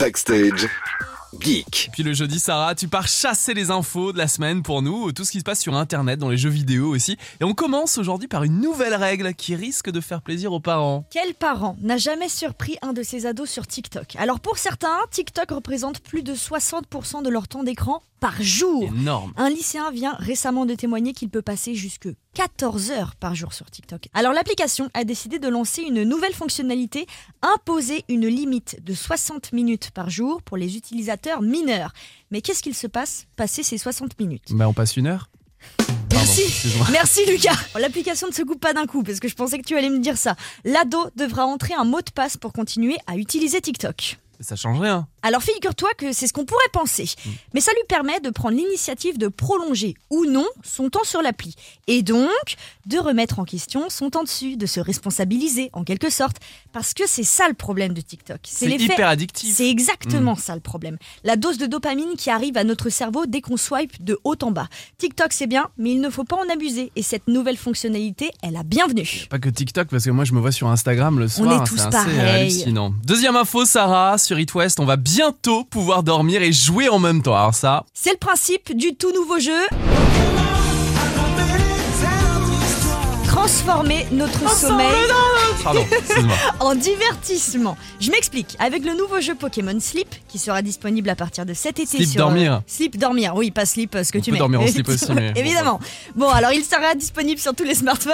Backstage. Geek. Puis le jeudi, Sarah, tu pars chasser les infos de la semaine pour nous, tout ce qui se passe sur Internet, dans les jeux vidéo aussi. Et on commence aujourd'hui par une nouvelle règle qui risque de faire plaisir aux parents. Quel parent n'a jamais surpris un de ses ados sur TikTok Alors pour certains, TikTok représente plus de 60% de leur temps d'écran par jour. Énorme. Un lycéen vient récemment de témoigner qu'il peut passer jusque 14 heures par jour sur TikTok. Alors l'application a décidé de lancer une nouvelle fonctionnalité, imposer une limite de 60 minutes par jour pour les utilisateurs mineurs. Mais qu'est-ce qu'il se passe passé ces 60 minutes Bah on passe une heure. Merci. excuse-moi. Merci Lucas. L'application ne se coupe pas d'un coup parce que je pensais que tu allais me dire ça. L'ado devra entrer un mot de passe pour continuer à utiliser TikTok. Ça change rien. Alors figure-toi que c'est ce qu'on pourrait penser, Mm. mais ça lui permet de prendre l'initiative de prolonger ou non son temps sur l'appli, et donc de remettre en question son temps dessus, de se responsabiliser en quelque sorte, parce que c'est ça le problème de TikTok. C'est l'effet- hyper addictif. c'est exactement ça le problème. La dose de dopamine qui arrive à notre cerveau dès qu'on swipe de haut en bas. TikTok c'est bien, mais il ne faut pas en abuser. Et cette nouvelle fonctionnalité est la bienvenue. Pas que TikTok, parce que moi je me vois sur Instagram le soir. hein, est tous c'est assez pareils. hallucinant. Deuxième info, Sarah, sur It West, on va bientôt pouvoir dormir et jouer en même temps. Alors ça, C'est le principe du tout nouveau jeu. Transformer notre sommeil pardon, excuse-moi. en divertissement. Je m'explique. Avec le nouveau jeu Pokémon Sleep, qui sera disponible à partir de cet été Sleep sur. euh, dormir. Sleep dormir, oui, pas sleep, euh, ce que On tu peut mets. dormir en slip aussi, mais- Évidemment. Bon, alors il sera disponible sur tous les smartphones.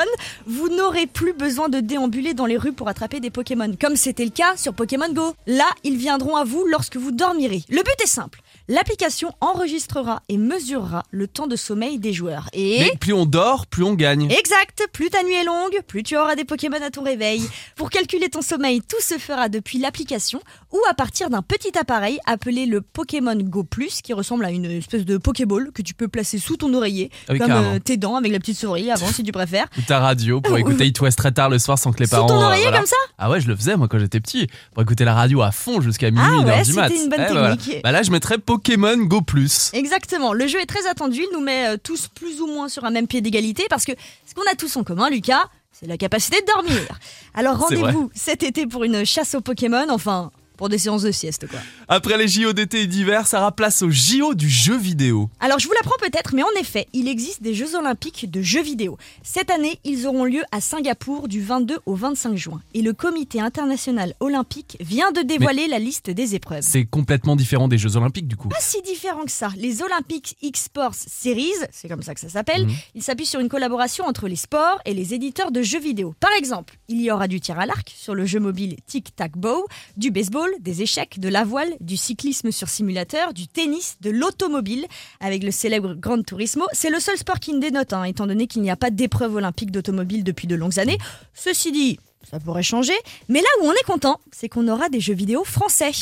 Vous n'aurez plus besoin de déambuler dans les rues pour attraper des Pokémon, comme c'était le cas sur Pokémon Go. Là, ils viendront à vous lorsque vous dormirez. Le but est simple. L'application enregistrera et mesurera le temps de sommeil des joueurs. Et. Mais plus on dort, plus on gagne. Exact, plus ta nuit est longue, plus tu auras des Pokémon à ton réveil. Pour calculer ton sommeil, tout se fera depuis l'application ou à partir d'un petit appareil appelé le Pokémon Go Plus qui ressemble à une espèce de Pokéball que tu peux placer sous ton oreiller, Ah oui, comme carrément. euh, tes dents avec la petite souris avant si tu préfères. Ou ta radio pour Ouh, écouter It West très tard le soir sans que les Sous parents. ton euh, oreiller voilà. comme ça Ah ouais, je le faisais moi quand j'étais petit. Pour écouter la radio à fond jusqu'à minuit, Ah une heure ouais, du mat. c'était une bonne Eh, bah, voilà. technique. Bah là, je mettrais Pokémon Go Plus. Exactement, le jeu est très attendu, il nous met euh, tous plus ou moins sur un même pied d'égalité parce que ce qu'on a tous en commun, Lucas, c'est la capacité de dormir. Alors C'est vrai. rendez-vous cet été pour une chasse aux Pokémon, enfin pour des séances de sieste quoi. Après les JO d'été et d'hiver, Sarah place au JO du jeu vidéo. Alors je vous l'apprends peut-être, mais en effet, il existe des Jeux olympiques de jeux vidéo. Cette année, ils auront lieu à Singapour du 22 au 25 juin. Et le Comité international olympique vient de dévoiler la liste des épreuves. C'est complètement différent des Jeux Olympiques du coup. Pas si différent que ça. Les Olympiques X-Sports Series, c'est comme ça que ça s'appelle, Mhm. ils s'appuient sur une collaboration entre les sports et les éditeurs de jeux vidéo. Par exemple, il y aura du tir à l'arc sur le jeu mobile Tic Tac Bow, du baseball, des échecs, de la voile, du cyclisme sur simulateur, du tennis, de l'automobile, avec le célèbre Gran Turismo. C'est le seul sport qui ne dénote, hein, étant donné qu'il n'y a pas d'épreuve olympique d'automobile depuis de longues années. Ceci dit, ça pourrait changer. Mais là où on est content, c'est qu'on aura des jeux vidéo français.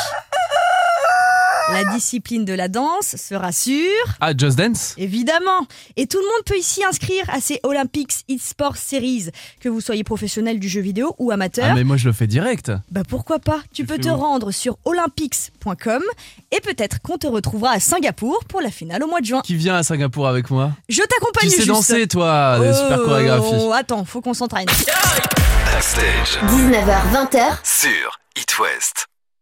La discipline de la danse sera sûre. Ah, Just Dance Évidemment Et tout le monde peut ici inscrire à ces Olympics e-sport series, que vous soyez professionnel du jeu vidéo ou amateur. Ah mais moi je le fais direct. Bah pourquoi pas Tu Tu peux fais te où rendre sur olympics.com et peut-être qu'on te retrouvera à Singapour pour la finale au mois de juin. Qui vient à Singapour avec moi Je t'accompagne Qui sait juste. danser toi Oh, Super chorégraphie. Attends, faut qu'on s'entraîne. Backstage. 19h, 20h, Sur It West.